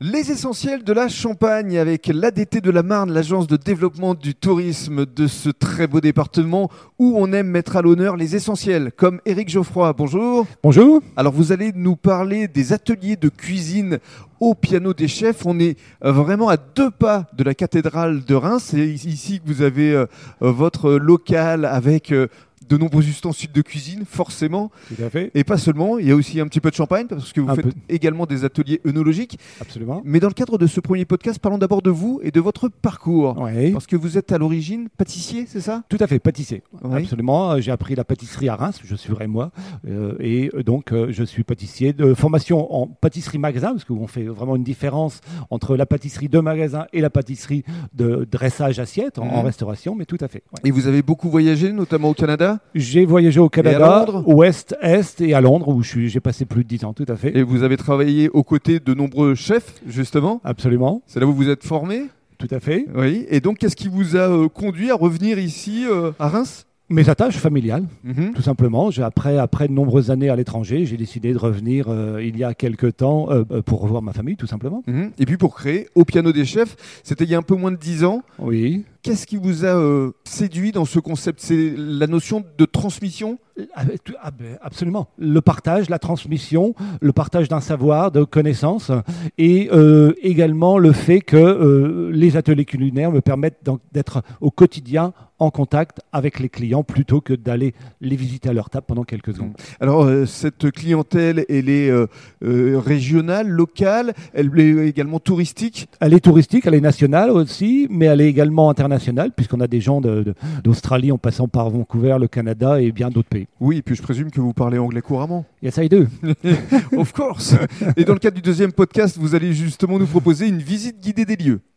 Les essentiels de la Champagne avec l'ADT de la Marne, l'agence de développement du tourisme de ce très beau département où on aime mettre à l'honneur les essentiels, comme Éric Geoffroy. Bonjour. Bonjour. Alors vous allez nous parler des ateliers de cuisine au piano des chefs. On est euh, vraiment à deux pas de la cathédrale de Reims. C'est ici que vous avez euh, votre local avec euh, de nombreux ustensiles de cuisine, forcément. Tout à fait, Et pas seulement, il y a aussi un petit peu de champagne parce que vous Un faites peu. également des ateliers œnologiques. absolument. Mais dans le cadre de ce premier podcast, parlons d'abord de vous et de votre parcours. Oui, Parce que vous êtes à l'origine pâtissier, c'est ça tout à fait, pâtissier. Oui. Absolument. Euh, J'ai appris la pâtisserie à Reims, je suis rémois. Euh, et donc, euh, je suis pâtissier de formation en pâtisserie magasin, parce qu'on fait vraiment une différence entre la pâtisserie de magasin et la pâtisserie de dressage assiette en, en Mhm. restauration, mais tout à fait. ouais. Et vous avez beaucoup voyagé, notamment au Canada J'ai voyagé au Canada, Londres ouest, est et à Londres, où je suis- j'ai passé plus de 10 ans, tout à fait. et vous avez travaillé aux côtés de nombreux chefs, justement. Absolument, C'est là où vous êtes formé. tout à fait. Oui. Et donc, qu'est-ce qui vous a euh, conduit à revenir ici euh, à Reims Mes attaches familiales. Mhm. Tout simplement, j'ai- après, après de nombreuses années à l'étranger, j'ai décidé de revenir euh, il y a quelque temps euh, euh, pour revoir ma famille, tout simplement. Mhm. Et puis pour créer Au Piano des Chefs, c'était il y a un peu moins de 10 ans. Oui. Qu'est-ce qui vous a euh, séduit dans ce concept C'est la notion de transmission Ah, ben, tout- ah, ben, Absolument. Le partage, la transmission, le partage d'un savoir, de connaissances, et euh, également le fait que euh, les ateliers culinaires me permettent donc d'être au quotidien en contact avec les clients plutôt que d'aller les visiter à leur table pendant quelques secondes. Alors, euh, cette clientèle, elle est euh, euh, régionale, locale, elle est également touristique. Elle est touristique, elle est nationale aussi, mais elle est également internationale, puisqu'on a des gens de- de- d'Australie en passant par Vancouver, le Canada et bien d'autres pays. Oui, et puis je présume que vous parlez anglais couramment. Yes, I do. of course Et dans le cadre du deuxième podcast, vous allez justement nous proposer une visite guidée des lieux.